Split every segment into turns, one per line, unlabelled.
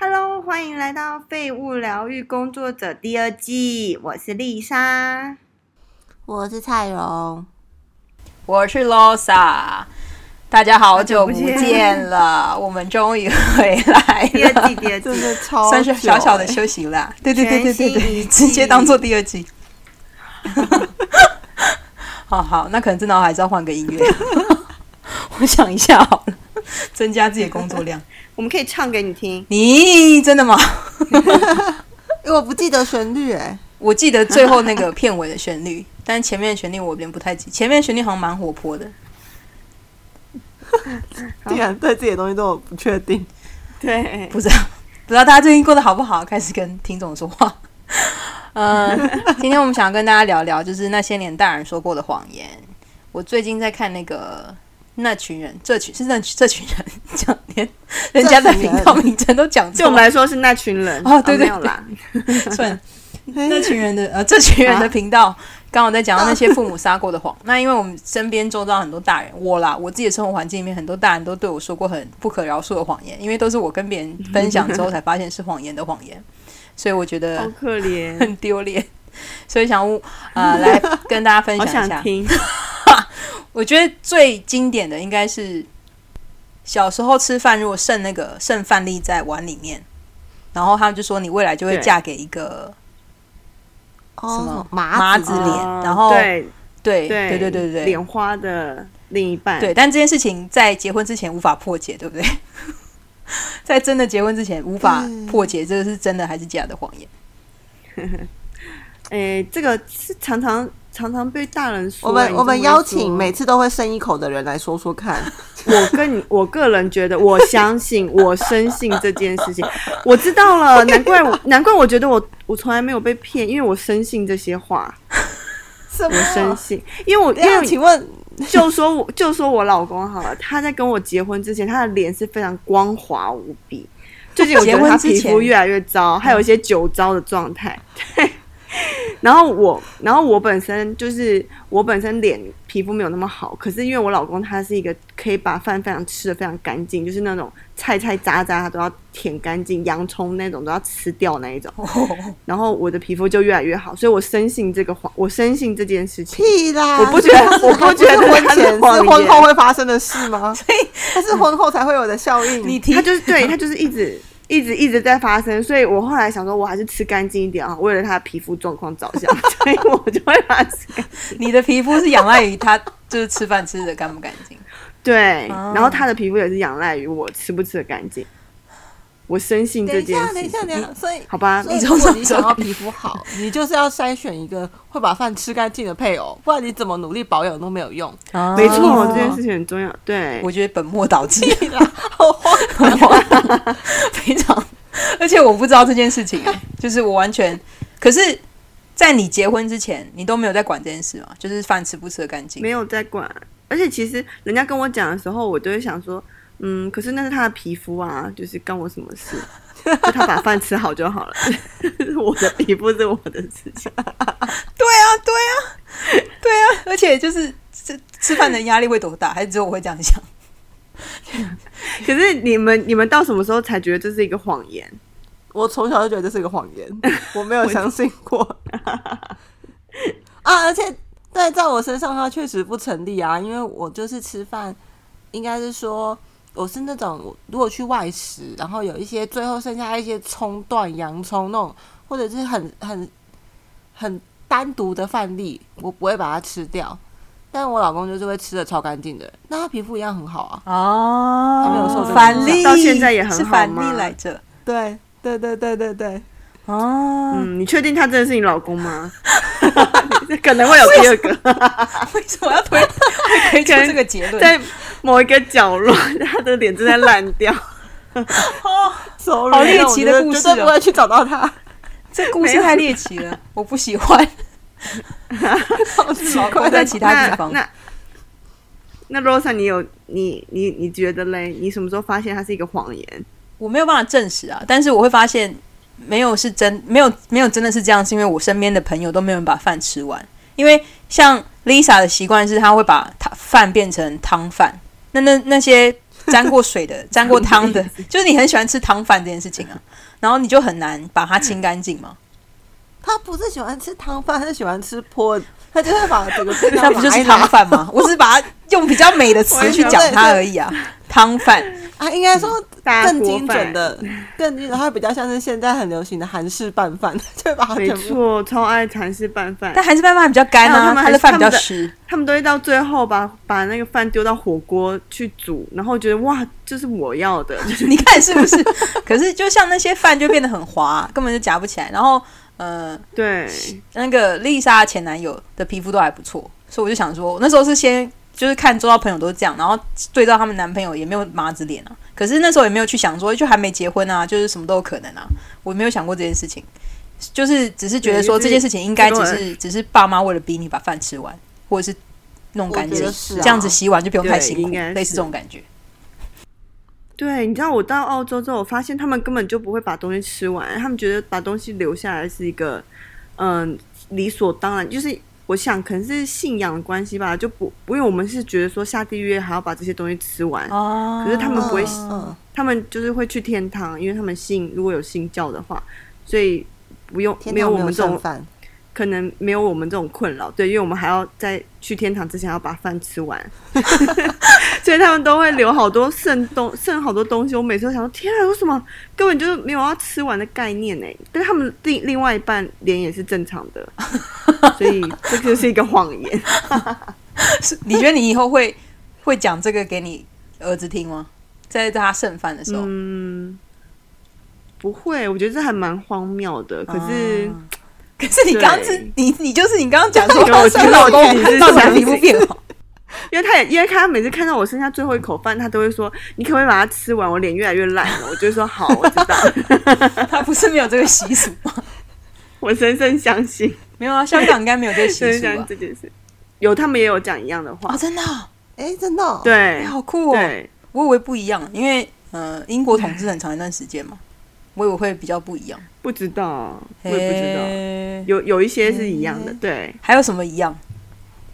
Hello，欢迎来到《废物疗愈工作者》第二季，我是丽莎。
我是蔡荣，
我是 Losa，大家好久不
久不见
见了，我们终于回来
第二季，
了，
第二季，
真的超
算是
久
小小的
欸
休息啦。对对对对
全新
对
一
对，
季
直接当做第二季。 好好，那可能真的还是要换个音乐。 我想一下好了，增加自己的工作量。
我们可以唱给你听。
你真的吗？
因为我不记得旋律哎、
我记得最后那个片尾的旋律，但前面的旋律我有点不太记。前面的旋律好像蛮活泼的，
竟然对自己的东西都有不确定。
对，
不知道 不知道大家最近过得好不好？开始跟听众说话。 呃，今天我们想要跟大家聊聊，就是那些年大人说过的谎言。我最近在看那个那群人，这群是那这群人 讲连人家的频道名称都讲
对我
错
们
了，
来说是那群人
哦对
啊没
对
有啦，哎
算那群人的呃这群人的频
啊
道，刚好在讲到那些父母撒过的谎。 那因为我们身边周遭很多大人，我啦，我自己的生活环境里面很多大人都对我说过很不可饶恕的谎言，因为都是我跟别人分享之后才发现是谎言的谎 言，所以我觉
好
得
可怜，
很丢脸，所以想啊、呃、来跟大家分
好
享一
想
下。
听。
我觉得最经典的应该是小时候吃饭，如果剩那个剩饭粒在碗里面，然后他们就说你未来就会
对
嫁给一个什么
哦，
麻
麻
子
子
脸
脸，
哦
然后
对
对
对
对对对对
莲花的另一半，
对，但这件事情在结婚之前无法破解，对不 对？在真的结婚之前无法
嗯
破解，这个是真的还是假的谎言？
哎，这个是常常常常被大人说。
我
哎
们
你
我
这么
们
一
邀
说
请每次都会剩一口的人来说说看，
我跟你， 我个人觉得，我相信，我深信这件事情。 我知道了，难怪我，难怪我觉得我，我从来没有被骗，因为我深信这些话，
什
我深信，因为我，因
等一下
为
请问，
就说我，就说我老公好了，他在跟我结婚之前，他的脸是非常光滑无比。最近我觉得他皮肤越来越糟，还有一些酒糟的状态。 对，然后我，然后我本身就是我本身脸皮肤没有那么好，可是因为我老公他是一个可以把饭非常吃的非常干净，就是那种菜菜渣渣他都要舔干净，洋葱那种都要吃掉那一
哦
种。 然后我的皮肤就越来越好，所以我深信这个谎，我深信这件事情。
屁啦！
我不 觉得，我不觉
这
得
是婚
他
前是
谎
婚
言
后会发生的事 吗？它是婚后才会有的效应。
你提
他就是对他就是一直一直一直在发生，所以我后来想说，我还是吃干净一点啊，为了他的皮肤状况着想， 所以我就会把它吃干。
你的皮肤是仰赖于它，就是吃饭吃的干不干净？
对，
哦
然后他的皮肤也是仰赖于我吃不吃的干净，我深信
等
这
一
件
下，
事
等一
情
下，。等一下，所以
好吧
所以
你
如果
从
你
什
想
么
要皮肤好，你就是要筛选一个会把饭吃干净的配偶，不然你怎么努力保养都没有 用。
没
哦
错，这件事情很重要。对，
我觉得本末倒置，
屁啦，好荒唐！
非常，而且我不知道这件事情、哎，就是我完全，可是，在你结婚之前，你都没有在管这件事嘛，就是饭吃不吃的干净
没。有在管。而且其实人家跟我讲的时候，我都会想说，嗯，可是那是他的皮肤啊，就是干我什么事？就他把饭吃好就好了， 我的皮肤是我的事情。
对啊，对啊，对啊，而且就是吃吃饭的压力会多大？还是只有我会这样想？哎
可是你们你们到什么时候才觉得这是一个谎言？
我从小就觉得这是个谎言， 我没有相信过。啊，而且对，在我身上它确实不成立啊，因为我就是吃饭，应该是说我是那种如果去外食，然后有一些最后剩下一些葱段、洋葱那种，或者是很很很单独的饭粒，我不会把它吃掉。但我老公就是会吃的超干净的人，那他皮肤一样很好啊。
哦
他没有受这个
反
影
例
响到现在也很好
是反
吗
例来着。
对对对对对对，
哦、
嗯，你确定他真的是你老公吗？ 可能会有第二个，
为什么要推会推出这个结 论？
在某一个角落， 他的脸正在烂掉。
哦，
好
好猎奇的故事哦
绝对不会去找到他。
这故事太猎奇 了，我不喜欢。是老公在其他地方，
那那那 Rosa，你有你你你觉得嘞？你什么时候发现它是一个谎言？
我没有办法证实啊，但是我会发现没有是真没有没有真的是这样，是因为我身边的朋友都没有人把饭吃完。因为像 Lisa 的习惯是，她会把她饭变成汤饭。那那那些沾过水的、沾过汤 的，就是你很喜欢吃汤饭这件事情啊，然后你就很难把它清干 净嘛。
他不是喜欢吃汤饭，他是喜欢吃泼，他就会把 整个
那不就是汤饭吗？我只是把它用比较美的词去讲它而已啊，汤饭。
啊，应该说
大
更
锅
精准
饭
的、更精准，它比较像是现在很流行的韩式拌饭， 就把它
没
全部
错，超爱韩式拌饭
但。韩式拌饭比较干
还有
啊
他，们
它
还
的饭比较
他们的
湿。
他们都会到最后把把那个饭丢到火锅去煮，然后觉得哇，这是我要的， 就是
你看是不是？可是就像那些饭就变得很滑、根本就夹不起来。然后，呃，
对，
那个丽莎前男友的皮肤都还不错，所以我就想说，我那时候是先就是看周遭朋友都这样，然后对照他们男朋友也没有麻子脸啊。可是那时候也没有去想说，就还没结婚啊，就是什么都有可能啊，我没有想过这件事情，就是只是觉得说
对就是
这件事情应该只
这
是只是爸妈为了逼你把饭吃完，或者是弄干
我觉
净，
得是啊
这样子洗碗就不用太
对
辛苦
应该，是
类似这种感觉。
对，你知道我到澳洲之后，我发现他们根本就不会把东西吃完，他们觉得把东西留下来是一个，嗯，理所当然。就是我想可能是信仰的关系吧，就不因为我们是觉得说下地狱还要把这些东西吃完，
哦
可是他们不会
嗯，
他们就是会去天堂，因为他们信如果有信教的话，所以不用
天
没有
堂
我
没有
们这种
剩饭，
可能没有我们这种困扰，对，因为我们还要在去天堂之前要把饭吃完， 所以他们都会留好多剩东剩好多东西。我每次都想说，天啊，为什么根本就是没有要吃完的概念呢？但是他们另另外一半脸也是正常的，所以这就是一个谎言。
你觉得你以后会会讲这个给你儿子听吗？在他剩饭的时候，
嗯，不会，我觉得这还蛮荒谬的。可是，
啊可是你刚刚是
对
你你就是你刚刚讲说
因为我知道
老
我自己是
公让你的
相
皮肤
信
变 好，
因为他也因为他每次看到我剩下最后一口饭，他都会说：“你可不可以把它吃完？我脸越来越烂了。”我就会说：“好，我知道。”
他不是没有这个习俗吗？
我深深相信，
没有啊，香港应该没有这个习
深深
俗啊
相信
吧？
这件事。有他们也有讲一样的话，
哦，真的哦、
哎，真的哦，
哎
对
好酷哦！
对，
我以为不一样，因为呃，英国统治很长一段时间嘛，我以为会比较不一样。
不知道，我
嘿，嗯
也不知道，有有一些是一样的，对，
还有什么一样？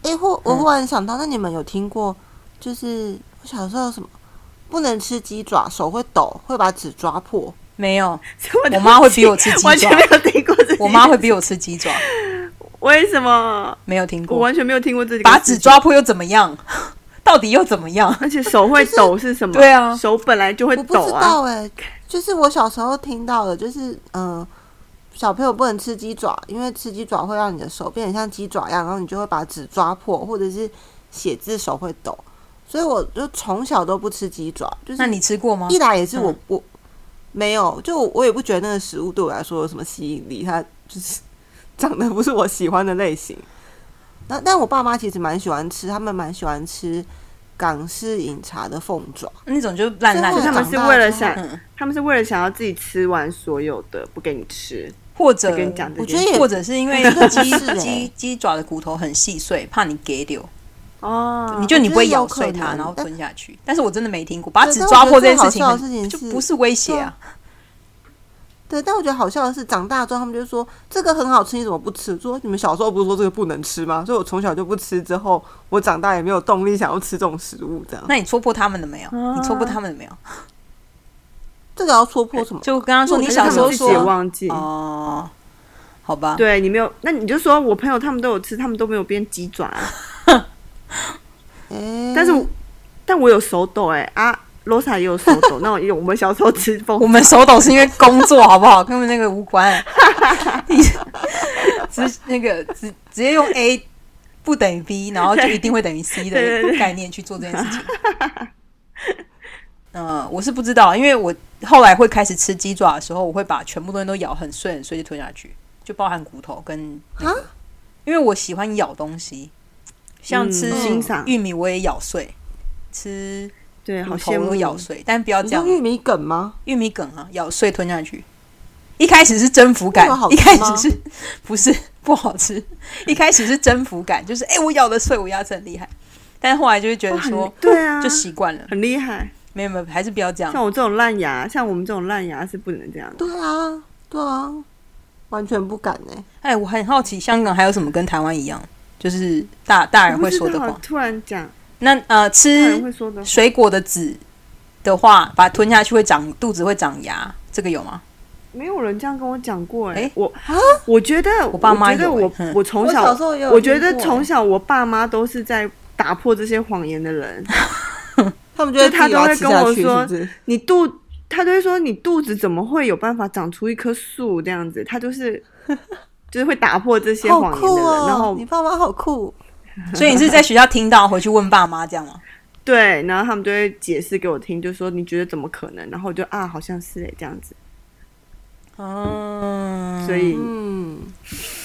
哎，忽我
嗯
忽然想到，那你们有听过，就是我小时候有什么不能吃鸡爪，手会抖，会把纸抓破，
没 有，
我
我妈会逼我吃鸡
完全
爪
没有听过这，
我妈会逼我吃鸡爪，
为什么？
没有听
我
过。
完全没有听过这个，
把纸抓，破又怎么样？ 到底又怎么样？
而且手会抖是什么？
对啊
手本来就会
我不
抖
知
啊，
道哎、就是我小时候听到的，就是嗯、呃小朋友不能吃鸡爪，因为吃鸡爪会让你的手变得像鸡爪一样，然后你就会把纸抓破，或者是写字手会抖。所以我就从小都不吃鸡爪，就是
那你吃过吗
一？来也是我、
嗯
我没有，就我也不觉得那个食物对我来说有什么吸引力，它就是长得不是我喜欢的类型。但但我爸妈其实蛮喜欢吃，他们蛮喜欢吃港式饮茶的凤爪。
那种就烂烂
就
所
他
以
的
们
长
是
大
为了
之后
想，
嗯，
他们是为了想要自己吃完所有的，不给你吃。
或者
我跟你讲这
我
件
觉得
事，
也
或者是因为
我觉得
鸡
不是欸
鸡鸡爪的骨头很细碎，怕你给溜，
哦，
你就你不会咬碎
嗯我觉得有可
它，
能
然后
但
吞下去。但是我真的没听过，把
对
纸
但我
抓
觉
破
得
这
最
件事
好
情
笑的
很
事情
就是不是威胁啊，
对，但我觉得好笑的是，长大之后他们就说这个很好吃，你怎么不吃？我说你们小时候不是说这个不能吃吗？所以我从小就不吃，之后我长大也没有动力想要吃这种食物，这样
那你戳破他们的没有？
啊
你戳破他们的没有？
这个要戳破什么？
就刚刚说
我
你
觉得
小
他
时
们
候
自己也
说
忘记，
哦，好吧，
对你没有，那你就说我朋友他们都有吃，他们都没有变鸡爪、啊，
哎，
嗯
但是我但我有手抖哎、啊，罗莎也有手 抖，那我有我们小时候吃风
我们手抖是因为工作，好不好？跟我们那个无关。 你直那个直直接用 A 不等于 B，然后就一定会等于 C
对
的
对对
概念去做这件事情。呃，我是不知道，因为我后来会开始吃鸡爪的时候，我会把全部东西都咬很碎很碎就吞下去，就包含骨头跟
啊
那个，因为我喜欢咬东西，像
嗯
吃
欣赏
玉米我也咬碎，吃
对，好
骨
羡
头
慕
我咬碎，但不要
你
这
用
样
玉米梗吗？
玉米梗啊，咬碎吞下去。一开始是征服感
那个好，
一
啊
吃
开
吗
始是 不是不好吃？一开始是征服感，就是哎、诶我咬的碎，我牙齿很厉害。但后来就会觉
哇
得
很
说，
对啊，
就习惯了，
很厉害。
没有没有，还是不要这样
像。我这种烂牙，像我们这种烂牙是不能这样的。
对啊，对啊，完全不敢呢、欸
哎，我很好奇，香港还有什么跟台湾一样，就是大大人会说
我不
的
知
话嗯
道？突然讲，
那呃，
大人
吃
会说的话，
水果的籽的话，把它吞下去会长肚子会长牙，这个有吗？
没有人这样跟我讲过哎、
哎
我我觉得，
我爸妈
觉得
有哎
我
嗯
我从
我
小
小时候也有
我觉
听
得
过
从小我爸妈都是在打破这些谎言的人。
他们就会
就他
自己
都
把它
会
吃
跟我
下去是不是
你肚，他就会说你肚子怎么会有办法长出一棵树这样子？他就是 就是会打破这些
好
谎言
酷
的人，
哦！
然后
你爸妈好酷，
所以你是在学校听到回去问爸妈这样吗？
对，然后他们就会解释给我听，就说你觉得怎么可能？然后我就啊，好像是哎这样子，
嗯，
所以、
嗯，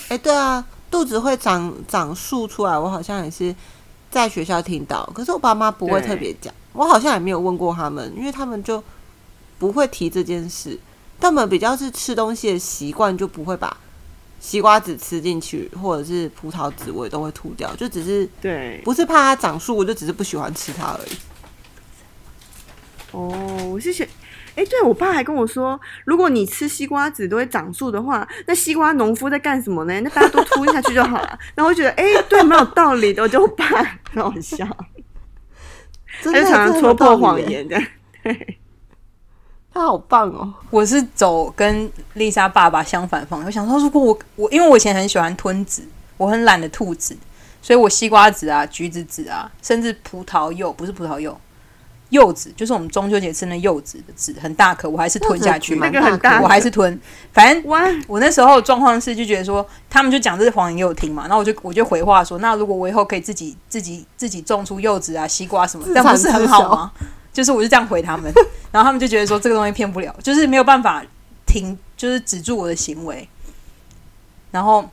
哎、对啊，肚子会长长树出来，我好像也是在学校听到，可是我爸妈不会
对
特别讲，我好像也没有问过他们，因为他们就不会提这件事，他们比较是吃东西的习惯，就不会把西瓜籽吃进去，或者是葡萄籽我也都会吐掉，就只是
对
不是怕它长树，我就只是不喜欢吃它而已。
哦，我是选。哎，对我爸还跟我说，如果你吃西瓜籽都会长树的话，那西瓜农夫在干什么呢？那大家都吞下去就好 了。然后我觉得，哎，对，蛮有道理的。我就我爸很好笑， 他
真的
就常常戳破谎，言的。
他好棒哦！
我是走跟丽莎爸爸相反方向。我想说，如果我我因为我以前很喜欢吞籽，我很懒得吐籽，所以我西瓜籽啊、橘子籽啊，甚至葡萄柚，不是葡萄柚，柚子就是我们中秋节吃的柚子的籽，很大颗，我还是吞下去，
那
蛮
个很
大
大
颗
我还是吞。反正
哇，
我那时候的状况是，就觉得说他们就讲这些谎言给我听嘛，然后我就我就回话说，那如果我以后可以自己自己自己种出柚子啊、西瓜什么，
自
但
产
不是很好
自销
吗？就是我就这样回他们，然后他们就觉得说这个东西骗不了，就是没有办法停，就是止住我的行为，然后。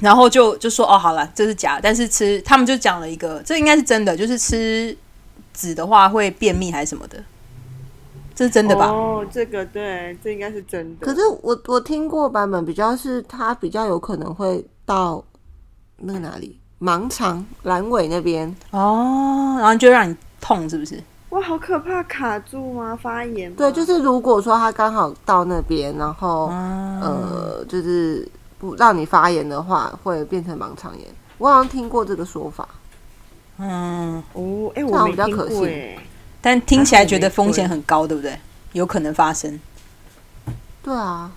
然后就就说哦，好了，这是假，但是吃他们就讲了一个，这应该是真的，就是吃籽的话会便秘还是什么的，这是真的吧？
哦，这个对，这应该是真的。
可是我我听过版本比较是它比较有可能会到那个哪里盲肠阑尾那边，
哦，然后就让你痛是不是？
哇，好可怕，卡住吗？发炎吗？
对，就是如果说它刚好到那边，然后、
啊
呃就是不让你发炎的话，会变成盲肠炎。我好像听过这个说法，
嗯，
哦，哎、
这
我
样
没
比较
听
可
过
信
哎。
但听起来觉得风险很高，对不对？有可能发生。
对啊，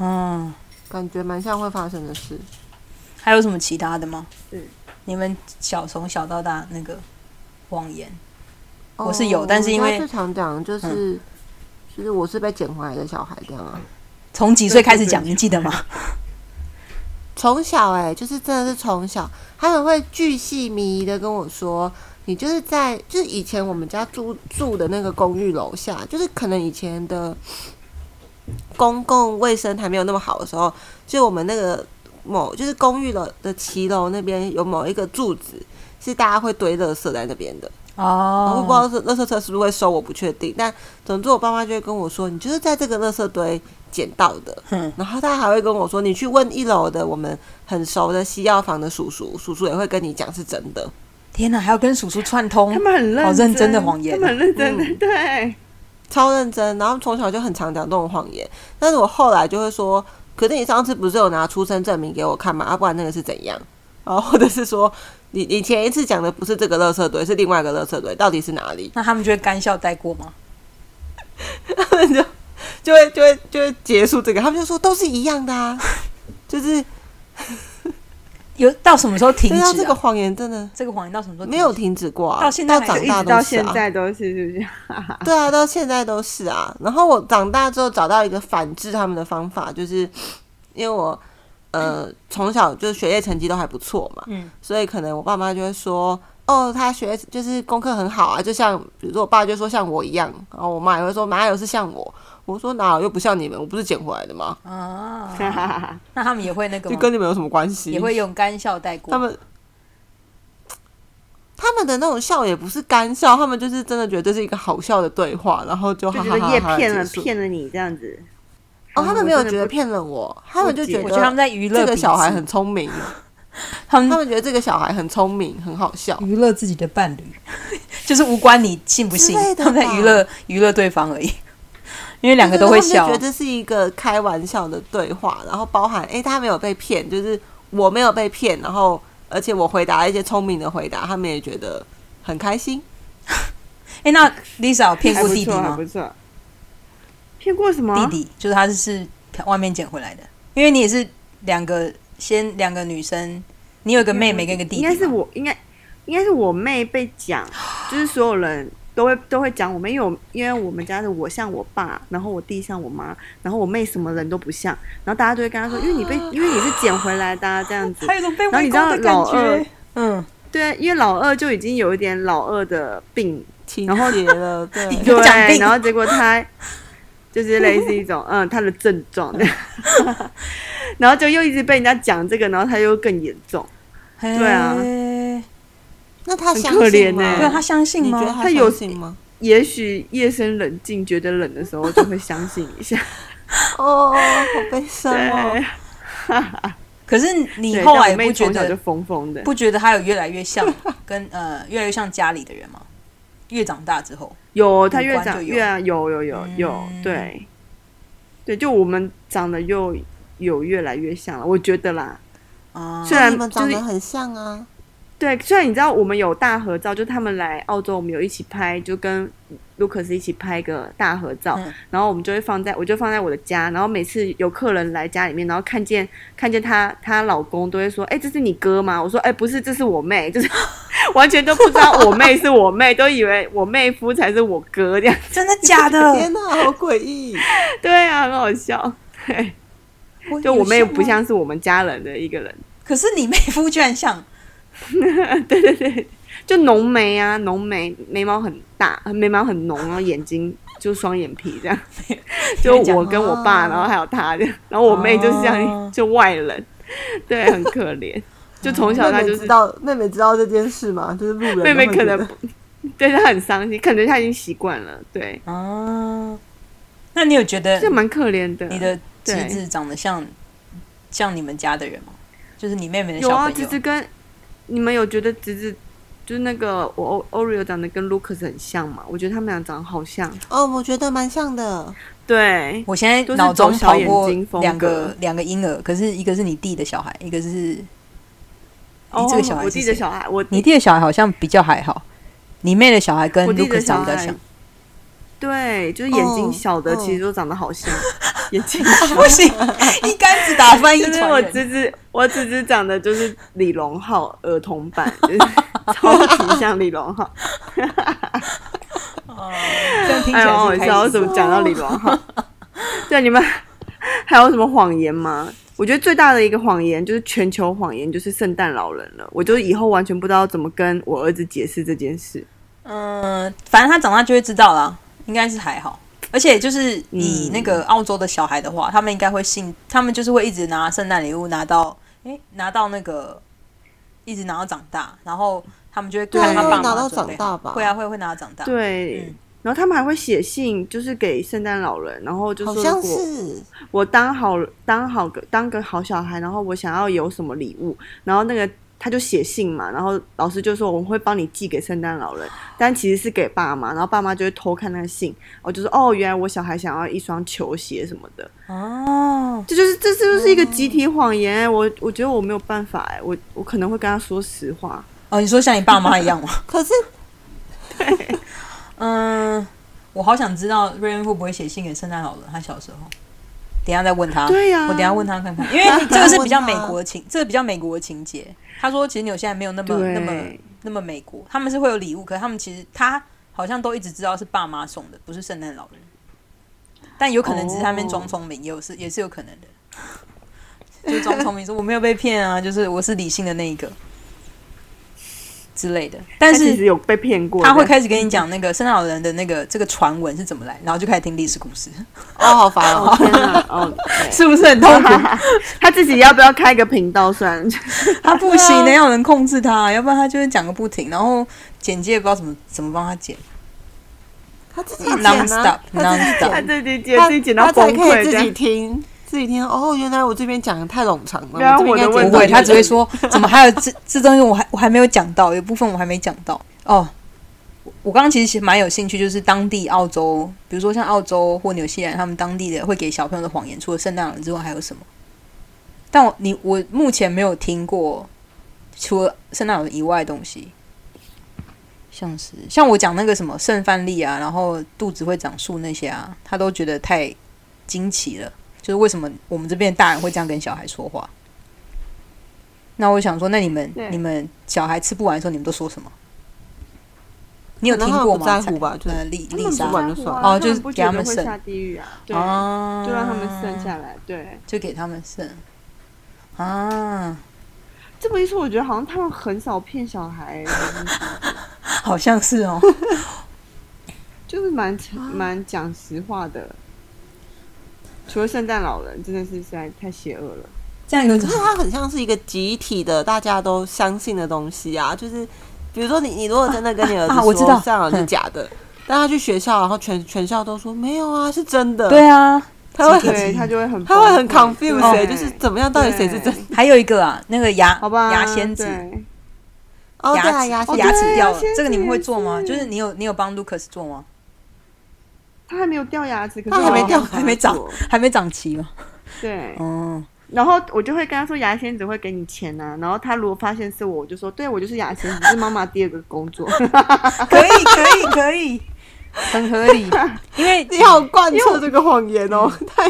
嗯，
感觉蛮像会发生的事。
还有什么其他的吗？
嗯
你们小从小到大那个谎言，
哦
我是有但是因
我家
为嗯
最常讲的就是、就是我是被捡回来的小孩这样啊。
从几岁开始讲，你记得吗？
从小哎、就是真的是从小，他们会巨细靡遗的跟我说，你就是在就是以前我们家住住的那个公寓楼下，就是可能以前的公共卫生还没有那么好的时候，就我们那个某就是公寓楼的骑楼那边有某一个柱子。是大家会堆垃圾在那边的，我不知
哦，
道是垃圾车是不是会收，我不确定。但总之，我爸妈就会跟我说，你就是在这个垃圾堆捡到的，
哼，
然后他还会跟我说，你去问一楼的我们很熟的西药房的叔叔，叔叔也会跟你讲是真的。
天哪，还要跟叔叔串通
哦
他，们很认真，
好认真的谎
啊
言
他们很认真
嗯
的，对，
超认真，然后从小就很常讲这种谎言。但是我后来就会说，可是你上次不是有拿出生证明给我看吗？啊，不然那个是怎样？然后或者是说，你你前一次讲的不是这个垃圾堆，是另外一个垃圾堆，到底是哪里？
那他们就会干笑带过吗？
就就会就会就会结束这个，他们就说都是一样的啊，就是
有到什么时候停
对啊，
止
这个
啊？
谎言真的
这个谎言到什么时候停止
没有？停止过、啊，
到现在还
长
一
大
直
都是、啊、
到现在都是是不是？
对啊，到现在都是啊。然后我长大之后找到一个反制他们的方法，就是因为我呃从小就学业成绩都还不错嘛，
嗯，
所以可能我爸妈就会说，哦，他学就是功课很好啊，就像比如说我爸就说像我一样，然后我妈也会说哪有是像我，我说哪有又不像你们，我不是捡回来的吗？
啊，
哈哈 哈
那他们也会那个
就
吗？
跟你们有什么关系
啊也？会用干笑带过。
他们。他们的那种笑也不是干笑，他们就是真的觉得这是一个好笑的对话，然后就哈
就
哈
觉得
哈哈
叶
哈
骗
结
了
束
骗了你这样子，
哦，他们没有
我真的
觉得
不
骗了我，他们就觉
不
我
得
觉得他们在娱乐
这个
彼此
小孩很聪明，
他们
他们觉得这个小孩很聪明，很好笑。
娱乐自己的 伴侣，就是无关你信不信
之类，的
他们在
吧
娱乐娱乐对方而已。因为两个都会笑
他们就觉。得这是一个开玩笑的对话，然后包含诶，他没有被骗，就是我没有被骗，然后而且我回答一些聪明的回答，他们也觉得很开心。
哎、那 Lisa 有骗
还
过
不
弟弟
错，啊还
吗
不？错。骗过什么？
弟弟就是他是外面捡回来的，因为你也是两个先两个女生，你有一个妹妹跟一个弟弟
应
嘛，
该是我，应该应该是我妹被讲，就是所有人都会都会讲我妹，因为我因为我们家的我像我爸，然后我弟像我妈，然后我妹什么人都不像，然后大家都会跟她说，因为你被因为你是捡回来的、啊、这样子
还，有一种被
然后
围
你
攻
知道
的感
老二
觉。嗯，
对，啊因为老二就已经有一点老二的病，
情
然后
节了， 对，
有讲
对，
病
然后结果他就是类似一种嗯他的症状， 然后就又一直被人家讲这个，然后他又更严重。
对
啊
那他
很
相
可
信
怜
吗？
欸
对啊，他相信
你觉得
吗？
他
他有
相信吗？
也许夜深人静，觉得冷的时候就会相信一 下。
哦，好悲伤哦
对。，
可是你
对
后
但
来
我妹
不觉
从小就
得
疯疯的，
不觉得他有越来越像跟呃越来越像家里的人吗？越长大之后，
有她
五
越
官
长
就有
越啊有有有有，
嗯
对，对，就我们长得又有越来越像了，我觉得啦。
啊、
虽然
你们
就
长
是
得很像啊，
对，虽然你知道我们有大合照，就他们来澳洲，我们有一起拍，就跟 Lucas 一起拍个大合照，
嗯
然后我们就会放在，我就放在我的家，然后每次有客人来家里面，然后看见看见她她老公都会说，哎、这是你哥吗？我说，哎、不是，这是我妹，就是完全都不知道我妹是我妹，都以为我妹夫才是我哥这样，
真的假的？
天哪，好诡异！
对啊，很好笑， 对，就我妹
有
不
吗，
像是我们家人的一个人，
可是你妹夫居 然像，
就浓眉啊，浓眉，眉毛很大，眉毛很浓，然后眼睛就双眼皮这样。 就
讲
我跟我爸，
哦
然后还有他这样，然后我妹就是这
哦
样， 就外人，对，很可怜。就从
哦
小她
妹妹
就
知
是
道妹妹知道这件事吗？就是路人都
妹妹，
会
可
觉得
能不对她很伤心，可能她已经习惯了，对，
啊，那你有觉得
这蛮可怜的。
你的侄
对
子长得像像你们家的人吗？就是你妹妹的
有
小
啊，
朋
侄
友，
子跟你们有觉得侄子就是那个我 O- Oreo 长得跟 Lucas 很像嘛？我觉得他们俩长得好像，
哦，我觉得蛮像的。
对，
我现在
都是
脑中
走小
跑
眼
过
睛风
两
格
个两个婴儿，可是一个是你弟的小孩，一个是
哦
这个小孩
我
是
弟的
谁
小孩，我
你弟的小孩，好像比较还好。你妹的小孩跟
我弟的
Lucas 长得比
小
较
孩
像，
对，就是眼睛
哦
小的，
哦
其实都长得好 像，眼睛小。
不行，一竿子打翻一
就是
船
我
人。
侄子，我侄子长得就是李荣浩儿童 版，就是超级像李荣浩。
哦这样听起
哎，
来
蛮好
是开
笑，为
心
什么讲到李荣浩？对，你们还有什么谎言吗？我觉得最大的一个谎言就是全球谎言，就是圣诞老人了。我就以后完全不知道怎么跟我儿子解释这件事。
嗯，反正他长大就会知道啦，应该是还好。而且就是以
嗯
那个澳洲的小孩的话，他们应该会信，他们就是会一直拿圣诞礼物拿到，诶、拿到那个，一直拿到长大，然后他们就会看
对
他爸
会拿
妈
到
准
长
备
大吧
会啊会会拿到长大，
对，
嗯
然后他们还会写信，就是给圣诞老人，然后就说
好像
如果
是，
我当好当好个当个好小孩，然后我想要有什么礼物，然后那个他就写信嘛，然后老师就说我们会帮你寄给圣诞老人，但其实是给爸妈，然后爸妈就会偷看那个信，我就说哦，原来我小孩想要一双球鞋什么的，
哦，
这就是这就是一个集体谎言、我我觉得我没有办法哎、我哎我可能会跟他说实话，
哦，你说像你爸妈一样吗？
可是
嗯，我好想知道瑞恩会不会写信给圣诞老人，他小时候。等一下再问他，
对呀
我等一下问他看 看，因为这个是比较美国的情，这个比较美国的情节。他说，其实纽西兰没有那么
对
那么那么美国，他们是会有礼物，可是他们其实他好像都一直知道是爸妈送的，不是圣诞老人。但有可能只是他们装聪明，也有是也是有可能的，就装聪明说我没有被骗啊，就是我是理性的那一个之类的。但
他
是
其实有被骗过的，
他会开始跟你讲那个圣诞老人的那个这个传闻是怎么来，然后就开始听历史故 事，
哦，好烦哦。
天啊哦，对
是不是很痛 苦？
他自己要不要开个频道 算了？
他不行的，要有人控制他，要不然他就会讲个不停，然后简介不知道怎么怎么帮他剪
他自己剪
，non
啊
stop，non
他
stop。
自己剪自己剪到
他
崩
才可
溃
以
这
自
样
己。听，自己听。哦，原来我这边讲的太冗长
原
了，
来
我
啊我
这
的
边应该
问
不
题
剪短
会，
一
他只会
点
说怎么还有这这东西我还我还没有讲到，有部分我还没讲到哦。我刚刚其实蛮有兴趣，就是当地澳洲，比如说像澳洲或纽西兰，他们当地的会给小朋友的谎言，除了圣诞老人之外还有什么？但我你我目前没有听过除了圣诞老人以外的东西，像是像我讲那个什么圣范例啊，然后肚子会长树那些啊，他都觉得太惊奇了，就是为什么我们这边大人会这样跟小孩说话？那我想说，那你们
对
你们小孩吃不完的时候，你们都说什么？你有
可能
听
他们
过
不
吗？
在乎吧就
呃，丽
他
丽
们
莎
不
管
在乎
就算
啊
了
哦
他
就是
们不
给
觉
他
得
们
会
剩
下地狱啊，对，
哦，
就让他们剩下来。对，
就给他们剩啊，
这么一说，我觉得好像他们很少骗小孩，
好像 是哦。
就是蛮蛮讲实话的。除了圣诞老人，真的是实在太邪恶了。
这样有
可
种
是它很像是一个集体的，大家都相信的东西啊。就是比如说你，你如果真的跟你儿子
啊啊我
说
知道
这样
嗯
是假的，但他去学校，然后全全校都说没有啊，是真的。
对啊，
他会很
对他就会很
他会很
崩溃
confused，、欸、
哦对
就是怎么样，到底谁是真的？
还有一个啊，那个牙
好吧，
牙仙子，
对
哦，对啊，牙
牙齿
哦
齿
对
牙齿掉
牙
了
仙，子
这个你们会做吗？
也是
就是你有你有帮 Lucas 做吗？哦
他还没有掉牙齿，可是
他哦还
我
没
好
掉
想
还没
做
长，还没长齐吗？
对，
哦，
然后我就会跟他说牙仙子会给你钱呐、然后他如果发现是我，我就说对，我就是牙仙子，是妈妈第二个工作。
可以可以 可以，很合理，因为
你好贯彻这个谎言哦，
嗯
太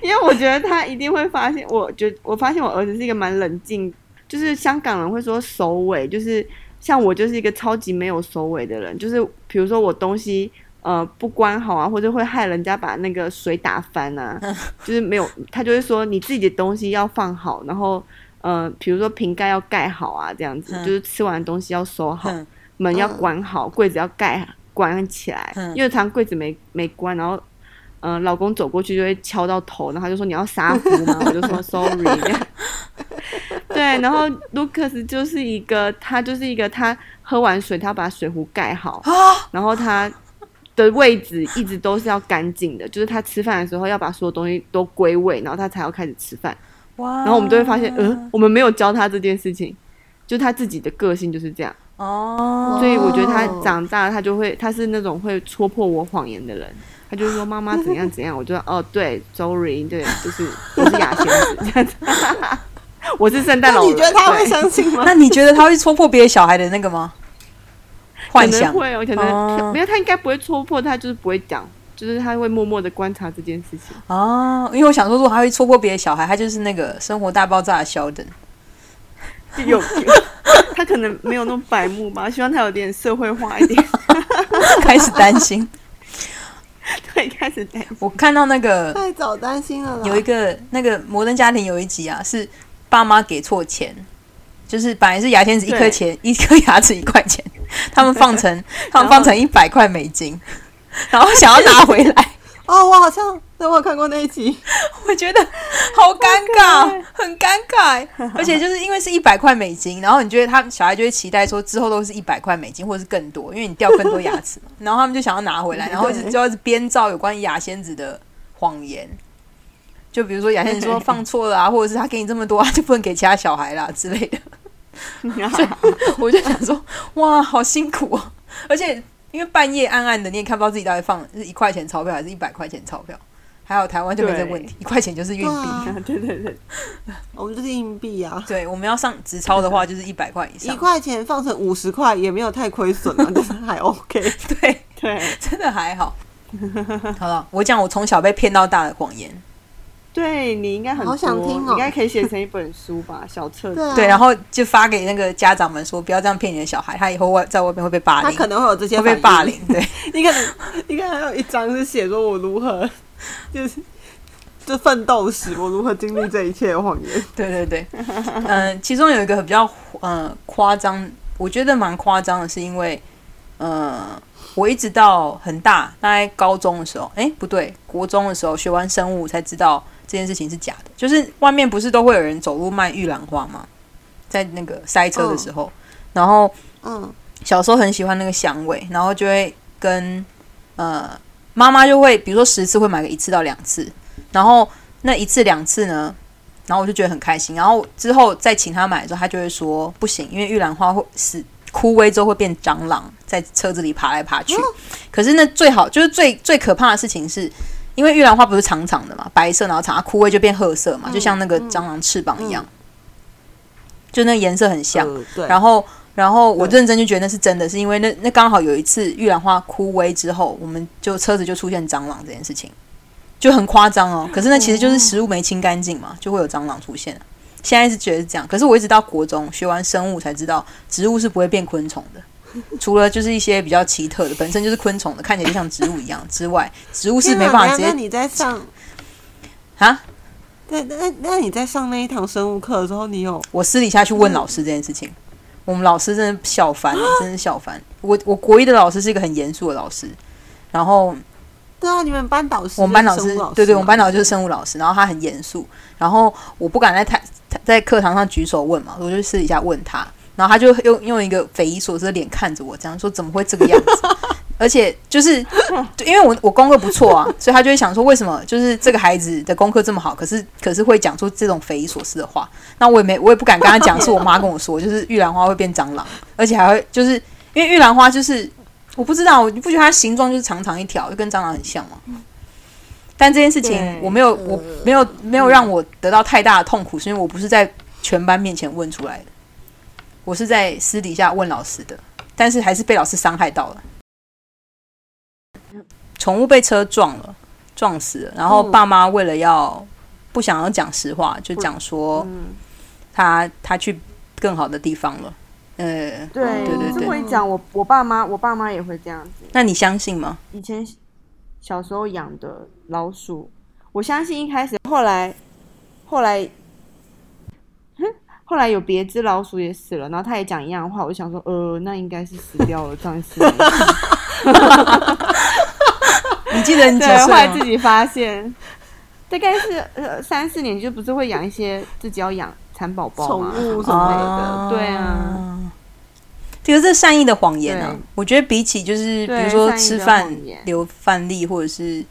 因为我觉得他一定会发现，我觉我发现我儿子是一个蛮冷静，就是香港人会说首尾，就是像我就是一个超级没有首尾的人，就是比如说我东西呃不关好啊，或者会害人家把那个水打翻啊，
嗯
就是没有，他就会说你自己的东西要放好，然后呃比如说瓶盖要盖好啊，这样子，
嗯
就是吃完东西要收好，
嗯
门要关好，柜子要盖关起来，
嗯
因为常柜子没没关，然后。嗯、老公走过去就会敲到头，然后他就说你要杀夫吗？ 我就说 sorry 这样。对，然后 Lucas 就是一个，他就是一个，他喝完水，他把水壶盖好，
啊，
然后他的位置一直都是要干净的，就是他吃饭的时候要把所有东西都归位，然后他才要开始吃饭。
哇，
然后我们就会发现，嗯、我们没有教他这件事情，就他自己的个性就是这样。
哦，
所以我觉得他
哦
长大，他就会，他是那种会戳破我谎言的人。他就说妈妈怎 样怎样，我就说哦对，sorry，对，就是我是牙仙子这样子， 我是圣诞老
那
人。
你觉得他会
对
相信吗？
那你觉得他会戳破别的小孩的那个吗？幻
可能
想
会哦，可能、
哦
没有，他应该不会戳破，他就是不会讲，就是他会默默的观察这件事情。
哦，因为我想说，如果他会戳破别的小孩，他就是那个生活大爆炸的肖等。
就有，有 他可能没有那么白目吧，希望他有点社会化一点。
开始担 心。
对，开始担心
我看到那个
太早担心了啦。
有一个那个《摩登家庭》有一集啊，是爸妈给错钱，就是本来是牙签子一颗
对
钱， 一颗牙齿一块钱，他们放成他们放成一百块美金， 然后想要拿回来，
哦，我好像对我有看过那一集，
我觉得好尴尬，很尴尬。 而且就是因为是一百块美金，然后你觉得他小孩就会期待说之后都是一百块美金，或者是更多，因为你掉更多牙 齿嘛。然后他们就想要拿回来，然后就就要编造有关于牙仙子的谎言。就比如说牙 仙子说放错了啊，或者是他给你这么多、啊，就不能给其他小孩啦之类 的。
啊
我就想说，哇，好辛苦哦！而且因为半夜暗暗的，你也看不到自己到底放是一块钱钞票还是一百块钱钞票。还有台湾就没这个问题，一块钱就是运
对
币。
啊
对对对，
我们就是硬币啊，
对，我们要上直超的话，就是一百块以
一
上。
块钱放成五十块也没有太亏损啊，但 是还 OK。
对，
对
真的还好。好了，我讲我从小被骗到大的谎言。
对，你应该很多
好想听哦
你应该可以写成一本书吧，小册子。
啊
对，然后就发给那个家长们说，不要这样骗你的小孩，他以后外在外面会被霸
他
凌，
可能会有这些
会被
反应
霸。凌。对，
你可能你可能还有一张是写说我如何，就是就奋斗史，我如何经历这一切的谎言。
对对对，嗯、其中有一个比较呃夸张，我觉得蛮夸张的，是因为呃，我一直到很大，大概高中的时候，哎，不对，国中的时候学完生物才知道这件事情是假的。就是外面不是都会有人走路卖玉兰花吗？在那个塞车的时候，然后
嗯，
小时候很喜欢那个香味，然后就会跟呃妈妈就会，比如说十次会买个一次到两次，然后那一次两次呢，然后我就觉得很开心，然后之后再请她买的时候，她就会说不行，因为玉兰花会死枯萎之后会变蟑螂，在车子里爬来爬去。可是那最好就是最最可怕的事情是，因为玉兰花不是长长的嘛，白色然后长，它枯萎就变褐色嘛，就像那个蟑螂翅膀一样，就那颜色很像。
呃对，
然
后
后，然后我
对
认真就觉得那是真的，是因为那那刚好有一次玉兰花枯萎之后，我们就车子就出现蟑螂这件事情，就很夸张哦。可是那其实就是食物没清干净嘛，就会有蟑螂出现。啊现在是觉得是这样，可是我一直到国中学完生物才知道，植物是不会变昆虫的。除了就是一些比较奇特的，本身就是昆虫的，看起来就像植物一样之外，植物是没办法直
啊那
接
你在上
啊。
那那那你在上那一堂生物课的时候，你有
我私底下去问老师这件事情，我们老师真的笑翻了，真是笑翻。我我国一的老师是一个很严肃的老师，然后
对啊？你们班导师
我们班老
就是生
师
物老师，啊
对对，我们班导师就是是生物老师，然后他很严肃，然后我不敢在台在课堂上举手问嘛，我就私底下问他，然后他就用用一个匪夷所思的脸看着我，这样说怎么会这个样子？ 而且就是对因为我我功课不错啊，所以他就会想说为什么就是这个孩子的功课这么好，可是可是会讲出这种匪夷所思的话，那我也没我也不敢跟他讲，是我妈跟我说，就是玉兰花会变蟑螂，而且还会就是因为玉兰花就是。我不知道，我不觉得它形状就是长长一条，就跟蟑螂很像嘛。但这件事情
对
我没
呃
有，我没有没有让我得到太大的痛苦，是因为我不是在全班面前问出来的，我是在私底下问老师的，但是还是被老师伤害到了。宠物被车撞了，撞死了，然后
嗯
爸妈为了要不想要讲实话，就讲说
嗯
他他去更好的地方了。呃，
对
对
对
你这
对
么一讲，我我爸妈，我爸妈也会这样子。
那你相信吗？
以前小时候养的老鼠，我相信一开始，后来后来， 哼，后来有别只老鼠也死了，然后他也讲一样的话，我就想说，呃，那应该是死掉了，当然是。
你记 得你几
对，后
岁啊
来
吗
自？己发现，大概是呃三四年级就不是会养一些自己要养蚕宝宝
宠
吗？
物什么的，
啊
对啊。
这个是善意的谎言啊
对！
我觉得比起就是比
对
如
善
说
意的
吃饭
谎言
留饭粒或者是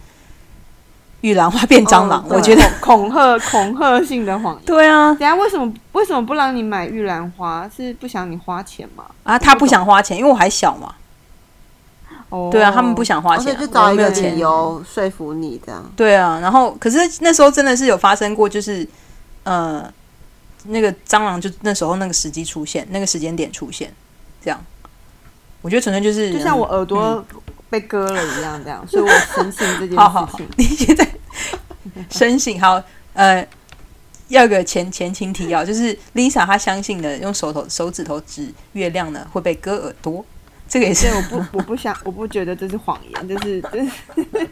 玉兰花变蟑螂
哦，对
我觉 得
恐恐吓恐吓性的谎言。
对啊
等一下为什么为什么不让你买玉兰花？是不想你花钱吗？
啊，他不想花钱，因为我还小嘛。
哦，
对啊，他们不想花
而且
钱啊，
就找
我
一
没
个理
有钱。
由说服你这样。
对啊，然后可是那时候真的是有发生过，就是呃，那个蟑螂就那时候那个时机出现，那个时间点出现，这样，我觉得纯粹就是
就像我耳朵被割了一样，这样，所以我深信这件事情。
嗯 好好好你现 在深信好，呃，要有个前前情提要，就是 Lisa 她相信的用手头手指头指月亮呢会被割耳朵，这个也是
对，我不，我不想，我不觉得这是谎言，这是这是，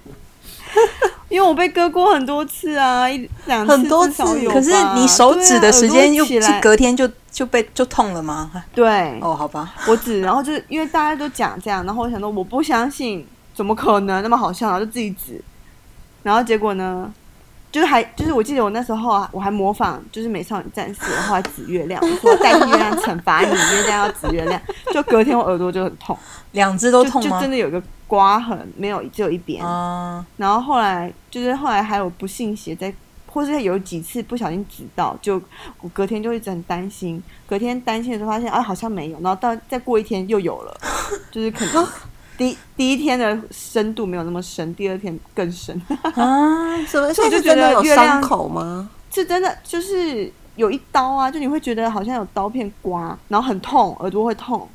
因为我被割过很多次啊，一两次
很多
至少
次
有吧。
可是你手指的时间又
对啊耳朵起
是
来
隔天就就被就痛了吗？
对，
哦，好吧，
我指，然后就是因为大家都讲这样，然后我想说我不相信，怎么可能那么好笑，然后就自己指，然后结果呢，就是还就是我记得我那时候啊，我还模仿就是美少女战士，然后还指月亮，我说代替月亮惩罚你，月亮要指月亮，就隔天我耳朵就很痛，
两只都
就
痛
就
吗
真？的有一个刮痕，没有只有一边，
啊、
然后后来就是后来还有不信邪在，或是有几次不小心指到，就我隔天就一直很担心，隔天担心的时候发现啊好像没有，然后到再过一天又有 了，就是可能第第一天的深度没有那么深，第二天更深，
啊，
什
所
么？所
以我
以
就是觉
真的
得
有
月
伤
亮
口吗？
是真的就是有一刀啊，就你会觉得好像有刀片刮，然后很痛，耳朵会痛。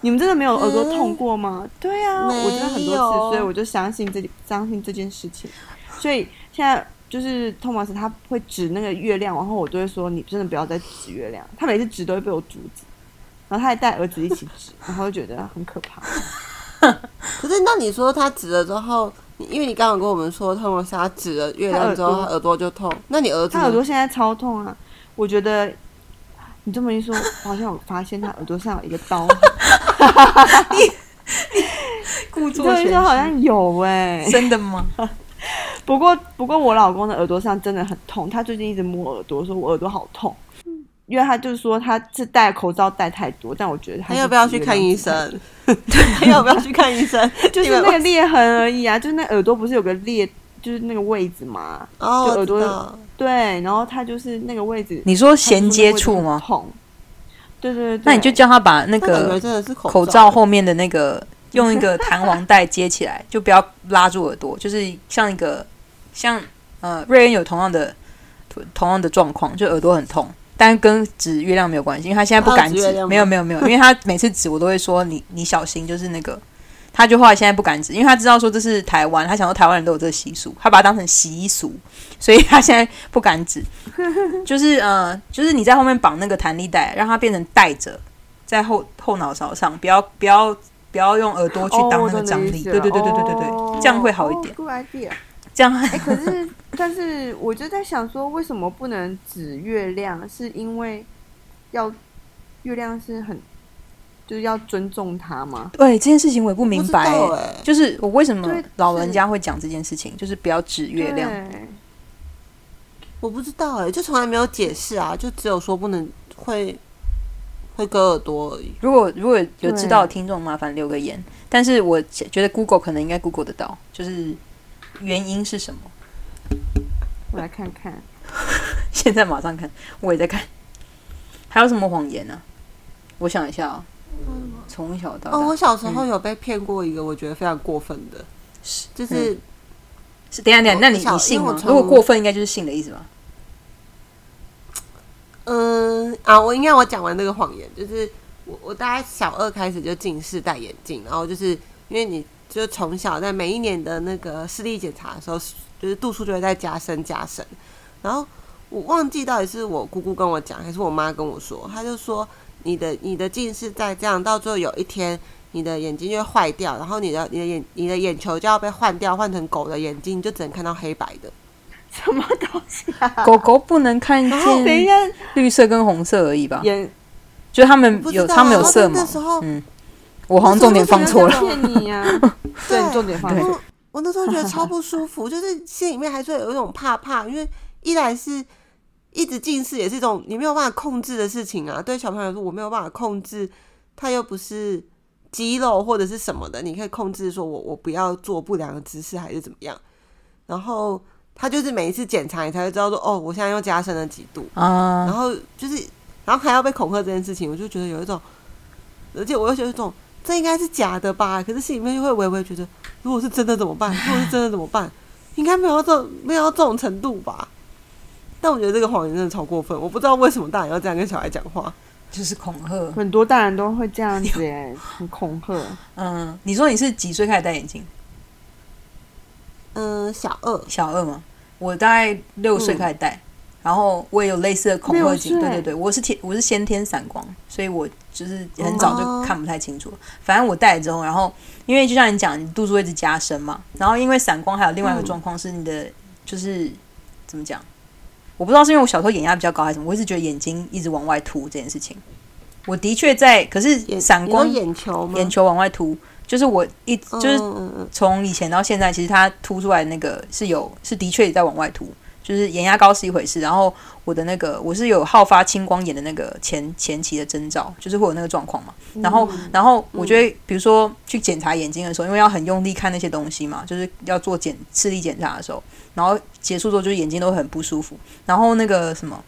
你们真的没有耳朵痛过吗？对啊，
没有
我真的很多次，所以我就相信这相信这件事情。所以现在就是托马斯他会指那个月亮，然后我就会说你真的不要再指月亮。他每次指都会被我阻止，然后他还带儿子一起指，然后就觉得很可怕。
可是那你说他指了之后，你因为你刚刚有跟我们说，他们是他指了月
他
亮
耳
之后，
朵
他耳朵就痛。那你儿子
他
呢
耳朵现在超痛啊！我觉得你这么一说，我好像有发现他耳朵上有一个刀。
故
你这么一说好像有哎、
真的吗？
不过不过我老公的耳朵上真的很痛，他最近一直摸耳朵，说我耳朵好痛。因为他就是说他是戴口罩戴太多，但我觉得他
还
是
要不要去看医生？还 要不要去看医生？
就是
因为
那个裂痕而已啊，就是那耳朵不是有个裂，就是那个位置嘛，
哦，
就耳朵
我知道
对，然后他就是那个位置
你说衔接处吗？
痛，对对对，
那你就叫他把
那
那
感觉
个
真的是口
口罩后面的那 个用一个弹簧带接起来，就不要拉住耳朵，就是像一个像呃瑞恩有同样的同样的状况，就耳朵很痛。但跟指月亮没有关系，因为他现在不敢
啊他有指月
指，
亮吗
没有没有没有，因为他每次指我都会说你你小心，就是那个，他就后来现在不敢指，因为他知道说这是台湾，他想说台湾人都有这个习俗，他把它当成习俗，所以他现在不敢指， 就是呃，就是你在后面绑那个弹力带，让它变成带着，在后后脑勺上，不要不要不要用耳朵去
哦
当那个张力，对对对对对对对，这样会好一点，
g o o 哦 idea。
这 样
哎、可是但是我就在想说，为什么不能指月亮？是因为要月亮是很就是要尊重它吗？
对这件事情我也不明白、
哎、
欸就是我为什么
对
老人家会讲这件事情，就是不要指月亮。
对
我不知道哎、就从来没有解释啊，就只有说不能会会割耳朵而已。
如果如果有知道的
对
听众，麻烦留个言。但是我觉得 Google 可能应该 Google 得到，就是原因是什么？
我来看看。
现在马上看，我也在看。还有什么谎言呢、我想一下啊、从小
啊
到大、
哦，我小时候
嗯
有被骗过一个，我觉得非常过分的，
是
嗯
就是、
嗯是等一下等一下，
我
那你
我小
你信
因为
吗
我？
如果
从
过分，应该就是信的意思吧？
嗯啊，我应该我讲完那个谎言，就是我我大概小二开始就近视戴眼镜，然后就是因为你就从小在每一年的那个视力检查的时候，就是度数就会在加深加深，然后我忘记到底是我姑姑跟我讲，还是我妈跟我说，她就说你的你的近视再这样，到最后有一天你的眼睛就会坏掉，然后你的你的眼你的眼球就要被换掉，换成狗的眼睛，你就只能看到黑白的。
什么东西啊？
狗狗不能看
啊
等一
见
下，
绿色跟红色而已吧？
眼
就他们
不知
有
道啊
他们有
然后
色
那
盲
时候。
嗯，我好像重点放错了。
骗你 呀、对，你重点放
对
错。
我我那时候觉得超不舒服， 就是心里面还是会有一种怕怕，因为依然是一直近视，也是一种你没有办法控制的事情啊。对小朋友来说，我没有办法控制，他又不是肌肉或者是什么的，你可以控制说我我不要做不良的姿势还是怎么样。然后他就是每一次检查，你才会知道说哦，我现在又加深了几度。然
啊，
后就是，然后还要被恐吓这件事情，我就觉得有一种，而且我又觉得有一种这应该是假的吧，可是心里面又会微微觉得，如果是真的怎么办？如果是真的怎么办？应该没有到这种没有到这种程度吧？但我觉得这个谎言真的超过分，我不知道为什么大人要这样跟小孩讲话。
就是恐吓。
很多大人都会这样子、哎，很恐吓。
嗯，你说你是几岁开始戴眼镜？
嗯，小二，
小二吗？我大概六岁开始
嗯
戴，然后我也有类似的恐吓镜。
六
对
岁
对对，我是天，我是先天散光，所以我就是很早
哦
就看不太清楚。反正我戴了之后，然后因为就像你讲，你度数会一直加深嘛，然后因为散光还有另外一个状况是你的、就是怎么讲？我不知道是因为我小时候眼压比较高还是什么，我一直觉得眼睛一直往外凸这件事情。我的确在，可是
眼
散
你
光
说眼球吗？
眼球往外凸，就是我一直
嗯，
就是
嗯嗯嗯
从以前到现在，其实它凸出来的那个是有是的确也在往外凸，就是眼压高是一回事，然后我的那个我是有好发青光眼的那个前前期的征兆，就是会有那个状况嘛。然后
嗯
然后我觉得，比如说去检查眼睛的时候，因为要很用力看那些东西嘛，就是要做检视力检查的时候，然后结束之后就是眼睛都会很不舒服，然后那个什么。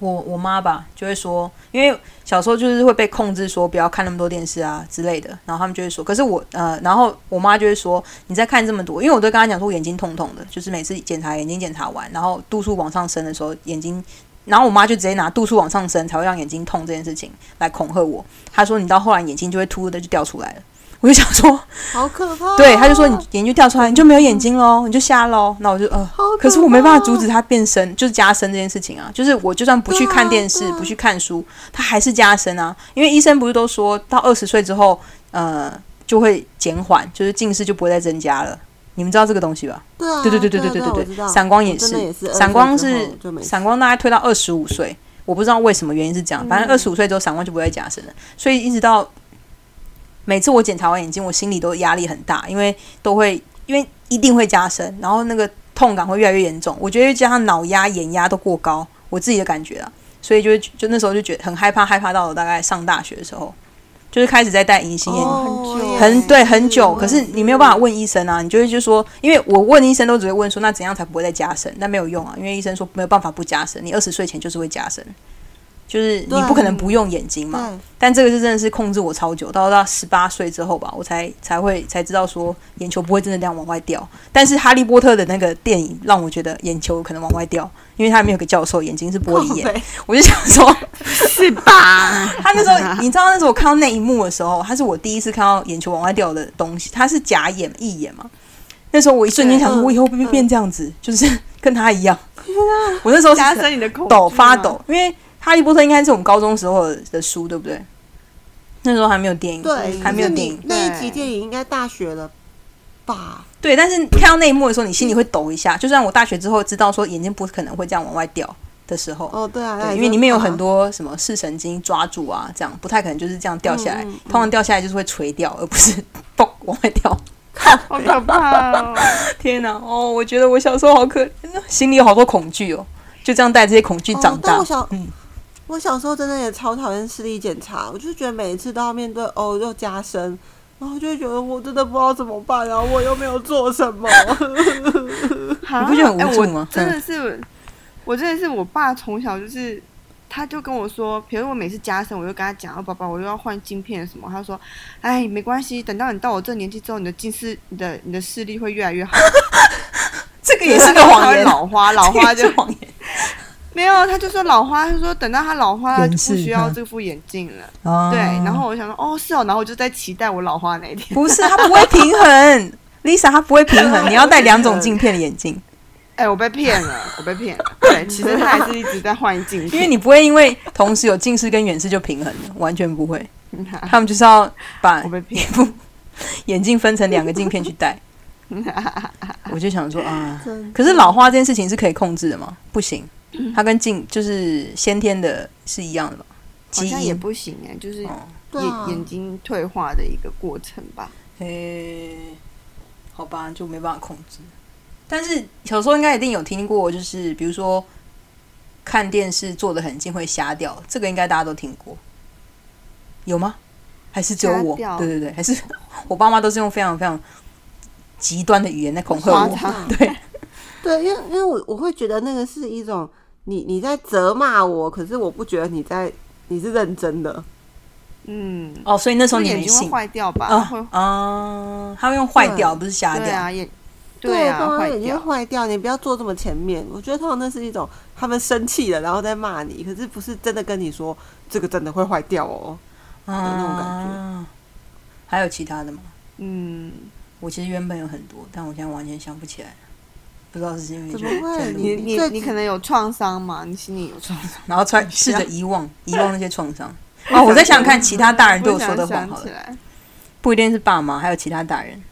我我妈吧就会说，因为小时候就是会被控制说不要看那么多电视啊之类的，然后他们就会说，可是我呃，然后我妈就会说你再看这么多，因为我都跟她讲说我眼睛痛痛的，就是每次检查眼睛检查完，然后度数往上升的时候眼睛，然后我妈就直接拿度数往上升才会让眼睛痛这件事情来恐吓我，她说你到后来眼睛就会突的就掉出来了，我就想说，
好可怕哦、
对，她就说你眼睛掉出来你就没有眼睛喽，你就瞎喽，那我就呃，
好
可是我
怕
没办法
哦
阻止它变深，就是加深这件事情啊。就是我就算不去看电视，
对啊对啊
不去看书，它还是加深啊。因为医生不是都说到二十岁之后，呃，就会减缓，就是近视就不会再增加了。你们知道这个东西吧？
对啊，
对对
对
对对
对
对对对
我知道
对，散光也
我真的也是
散光
22之
是
后就没事
散光大概推到二十五岁，我不知道为什么原因是这样，反正二十五岁之后散光就不会再加深了，所以一直到每次我检查完眼睛，我心里都压力很大，因为都会因为一定会加深，然后那个痛感会越来越严重，我觉得加上脑压、眼压都过高，我自己的感觉啊，所以就会就那时候就觉得很害怕，害怕到我大概上大学的时候，就是开始在戴隐形眼镜。
哦
很久
我也
很对，
是
很久。
我
可
也
是你没有办法问医生啊，你就会就说，因为我问医生都只会问说，那怎样才不会再加深？那没有用啊，因为医生说没有办法不加深，你二十岁前就是会加深。就是你不可能不用眼睛嘛。
对，
但这个是真的是控制我超久，到到十八岁之后吧，我才才会才知道说眼球不会真的这样往外掉。但是《哈利波特》的那个电影让我觉得眼球可能往外掉，因为它里面有个教授眼睛是玻璃眼，
哦对，
我就想说，
是吧？
他那 时候，你知道那时候我看到那一幕的时候，他是我第一次看到眼球往外掉的东西，他是假眼义眼嘛。那时候我一瞬间想说，
对嗯嗯
我以后会不会变这样子，就是跟他一样。 我那时 候
加
是
深你的恐
抖
惧
发
吗
抖，因为《哈利波特》应该是我们高中时候的书，对不对？那时候还没有电影，
对，
嗯还没有
可是
电
你
影。
那一集电影应该大学了吧？
对，但是看到那一幕的时候，你心里会抖一下。就算我大学之后知道说眼睛不可能会这样往外掉的时候，
哦，对啊，那
对，
也
因为里面有很
真
多什么视神经抓住啊，这样不太可能就是这样掉下来。
嗯嗯
通常掉下来就是会垂掉，而不是 嘣往外掉。
好可怕哦！
天哪、哦，我觉得我小时候好可怜啊，心里有好多恐惧哦，就这样带这些恐惧
哦
长大。
但我小
嗯，
我小时候真的也超讨厌视力检查，我就觉得每一次都要面对哦又加深，然后就会觉得我真的不知道怎么办，然后我又没有做什么。
你
不觉得很无助
哎
吗
我真的是，我真的是，我爸从小就是，他就跟我说，比如我每次加深，我就跟他讲，哦，爸爸，我又要换镜片什么，他说，哎，没关系，等到你到我这个年纪之后，你的近视，你的你的视力会越来越好，
这个 也是个谎
他会
言，
老花，老花 就
这个也是谎言。
没有，啊他就说老花，他说等到他老花，他就不需要
远视嗯
这副眼镜了，
哦
对，然后我想说，哦，是哦，然后我就在期待我老花那一天，
不是它不会平衡，Lisa 它不会平 衡，你要戴两种镜片的眼镜，
哎，我被骗了，我被骗了，对，其实他还是一直在换镜
因为
片，
你不会因为同时有近视跟远视就平衡了，完全不会。
因为
他们就是要把
我被骗了。
眼镜分成两个镜片去戴。我就想 说啊，
真
可是老花这件事情是可以控制的吗？
嗯
不行，它跟镜就是先天的是一样的吧？
好
基
像也
因。
不行哎、就是眼、
哦
对啊，
眼睛退化的一个过程吧。
诶、好吧，就没办法控制。但是小时候应该一定有听过，就是比如说看电视坐得很近会瞎掉，这个应该大家都听过，有吗？还是只有我
瞎？掉
对对对，还是 我爸妈都是用非常非常极端的语言在恐 吓
夸
我。
张，
对，
啊对，因为因为我我会觉得那个是一种你你在责骂我，可是我不觉得你在你是认真的。
嗯，
哦，所以那时候
是
你
眼
没
睛会
信
坏掉吧？
啊
会，
啊，他会用坏掉，不是瞎
对
掉。
啊，眼对啊，
刚
坏
刚眼睛
掉。
坏掉，你不要坐这么前面。我觉得通常那是一种他们生气了，然后再骂你，可是不是真的跟你说这个真的会坏掉哦。
啊
那种感
还有其他的吗？
嗯，
我其实原本有很多，但我现在完全想不起来，不知道是因为
怎
就
么会
在录
你你
最
你可能有创伤嘛？你心里有创伤？
然后揣试着遗忘遗忘那些创伤。 哦，我在想想看其他大人对我说的
想
谎好
想起
了，
来，
不一定是爸妈，还有其他大人。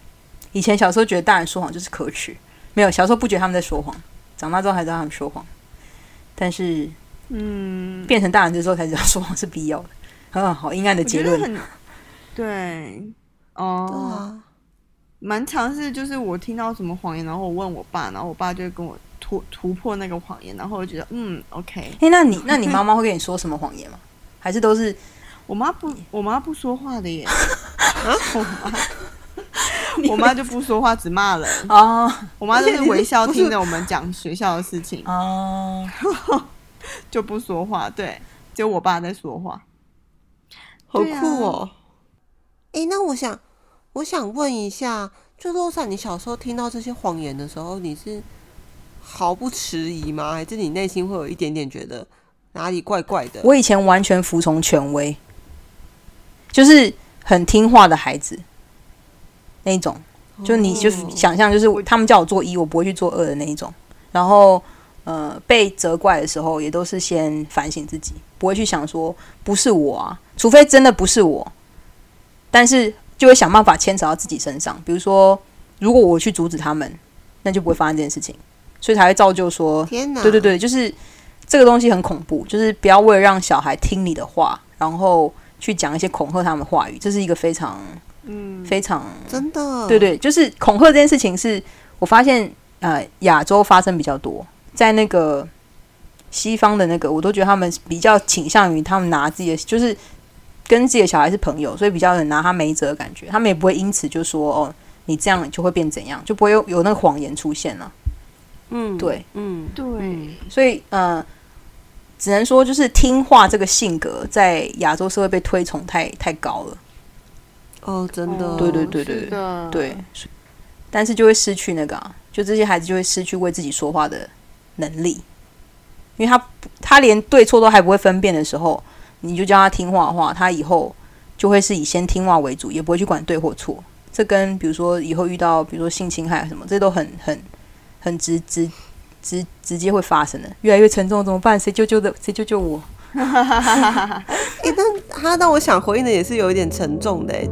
以前小时候觉得大人说谎就是可取，没有小时候不觉得他们在说谎，长大之后才知道他们说谎。但是
嗯，
变成大人之后才知道说谎是必要的。很好，阴暗 的
我觉
结
得
论。
很对
对
哦，
啊，
蛮常是就是我听到什么谎言，然后我问我爸，然后我爸就会跟我突突破那个谎言，然后我就觉得嗯，OK。
诶，那你那你妈妈会跟你说什么谎言吗？还是都是
我妈不，我妈不说话的 耶。我妈，我妈就不说话，只骂人。
哦
我妈就是微笑听着我们讲学校的事情，
哦，
就不说话。对，只有我爸在说话。
好
对啊
酷哦。诶，那我想我想问一下，就洛莎，你小时候听到这些谎言的时候，你是毫不迟疑吗？还是你内心会有一点点觉得哪里怪怪的？
我以前完全服从权威，就是很听话的孩子那一种。就你就是
哦
想象，就是他们叫我做一，我不会去做二的那一种。然后呃，被责怪的时候，也都是先反省自己，不会去想说不是我啊，除非真的不是我，但是就会想办法牵扯到自己身上。比如说，如果我去阻止他们，那就不会发生这件事情，所以才会造就说，
天哪！
对对对，就是这个东西很恐怖，就是不要为了让小孩听你的话，然后去讲一些恐吓他们的话语，这是一个非常
嗯，
非常
真的，
对对，就是恐吓这件事情是，我发现呃亚洲发生比较多，在那个西方的那个，我都觉得他们比较倾向于他们拿自己的，就是跟自己的小孩是朋友，所以比较有拿他没辙的感觉，他们也不会因此就说哦你这样就会变怎样，就不会有有那个谎言出现了、啊
嗯，
对，
嗯，
对，
所以呃，只能说就是听话这个性格在亚洲社会被推崇太太高了。
哦，真的，
对对对对
是的
对，但是就会失去那个、啊，就这些孩子就会失去为自己说话的能力，因为他不他连对错都还不会分辨的时候，你就教他听话的话，他以后就会是以先听话为主，也不会去管对或错。这跟比如说以后遇到比如说性侵害什么，这都很很很直直直直接会发生的，越来越沉重怎么办？谁救救的？谁救救我？
哎、但他让我想回应的也是有一点沉重的、欸。